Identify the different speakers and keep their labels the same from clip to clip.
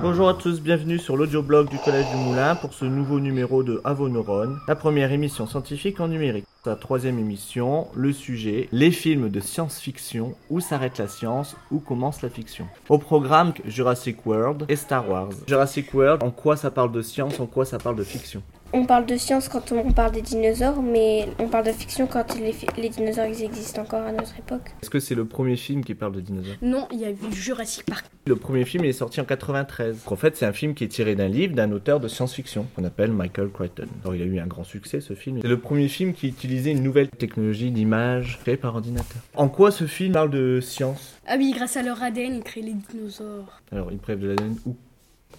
Speaker 1: Bonjour à tous, bienvenue sur l'audioblog du Collège du Moulin pour ce nouveau numéro de Avoneuron, la première émission scientifique en numérique. Sa troisième émission, le sujet, les films de science-fiction, où s'arrête la science, où commence la fiction. Au programme Jurassic World et Star Wars. Jurassic World, en quoi ça parle de science, en quoi ça parle de fiction
Speaker 2: On parle de science quand on parle des dinosaures, mais on parle de fiction quand les, fi- les dinosaures ils existent encore à notre époque.
Speaker 1: Est-ce que c'est le premier film qui parle de dinosaures
Speaker 3: Non, il y a eu Jurassic Park.
Speaker 1: Le premier film il est sorti en 93. En fait, c'est un film qui est tiré d'un livre d'un auteur de science-fiction qu'on appelle Michael Crichton. Alors, il a eu un grand succès ce film. C'est le premier film qui utilisait une nouvelle technologie d'image créée par ordinateur. En quoi ce film parle de science
Speaker 3: Ah oui, grâce à leur ADN, ils créent les dinosaures.
Speaker 1: Alors, il prélève de l'ADN où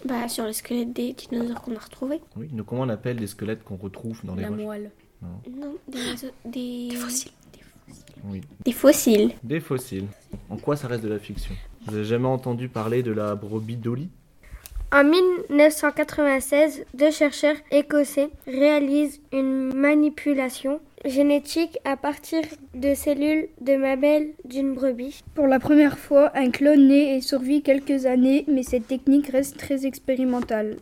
Speaker 2: Bah, sur le squelette des dinosaures qu'on a retrouvés.
Speaker 1: Oui, donc comment on appelle les squelettes qu'on retrouve dans les
Speaker 3: la
Speaker 1: roches
Speaker 3: moelle.
Speaker 2: Non, des. Des, fossiles.
Speaker 1: Oui,
Speaker 2: Des fossiles.
Speaker 1: des fossiles. En quoi ça reste de la fiction Vous avez jamais entendu parler de la brebis Dolly
Speaker 4: En 1996, deux chercheurs écossais réalisent une manipulation génétique à partir de cellules de mamelles d'une brebis.
Speaker 5: Pour la première fois, un clone naît et survit quelques années, mais cette technique reste très expérimentale.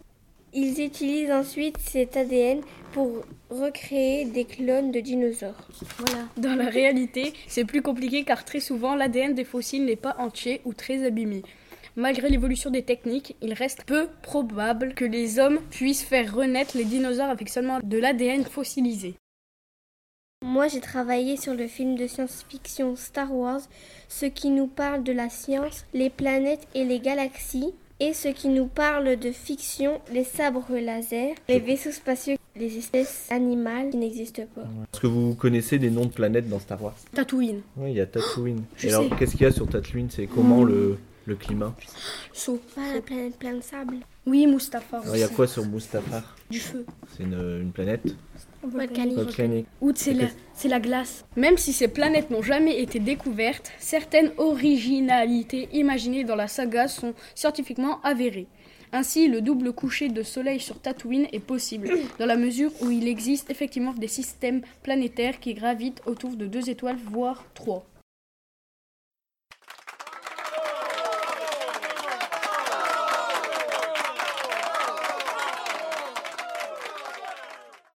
Speaker 2: Ils utilisent ensuite cet ADN pour recréer des clones de dinosaures. Voilà.
Speaker 3: Dans la réalité, c'est plus compliqué car très souvent, l'ADN des fossiles n'est pas entier ou très abîmé. Malgré l'évolution des techniques, il reste peu probable que les hommes puissent faire renaître les dinosaures avec seulement de l'ADN fossilisé.
Speaker 2: Moi, j'ai travaillé sur le film de science-fiction Star Wars, ce qui nous parle de la science, les planètes et les galaxies, et ce qui nous parle de fiction, les sabres laser, les vaisseaux spatiaux, les espèces animales qui n'existent pas.
Speaker 1: Est-ce que vous connaissez des noms de planètes dans Star Wars
Speaker 3: Tatooine,
Speaker 1: Oui, il y a Tatooine.
Speaker 3: Je
Speaker 1: Et alors,
Speaker 3: sais. Hmm.
Speaker 1: qu'est-ce qu'il y a sur Tatooine C'est comment le, le climat
Speaker 3: saut.
Speaker 2: Voilà, la planète pleine de sable.
Speaker 3: Oui, Mustapha.
Speaker 1: Alors, il y a quoi sur Mustafar
Speaker 3: Du feu.
Speaker 1: C'est une, une planète
Speaker 2: Volcanique.
Speaker 1: volcanique.
Speaker 3: Ou c'est la, c'est la glace. Même si ces planètes n'ont jamais été découvertes, certaines originalités imaginées dans la saga sont scientifiquement avérées. Ainsi, le double coucher de soleil sur Tatooine est possible, dans la mesure où il existe effectivement des systèmes planétaires qui gravitent autour de deux étoiles, voire trois.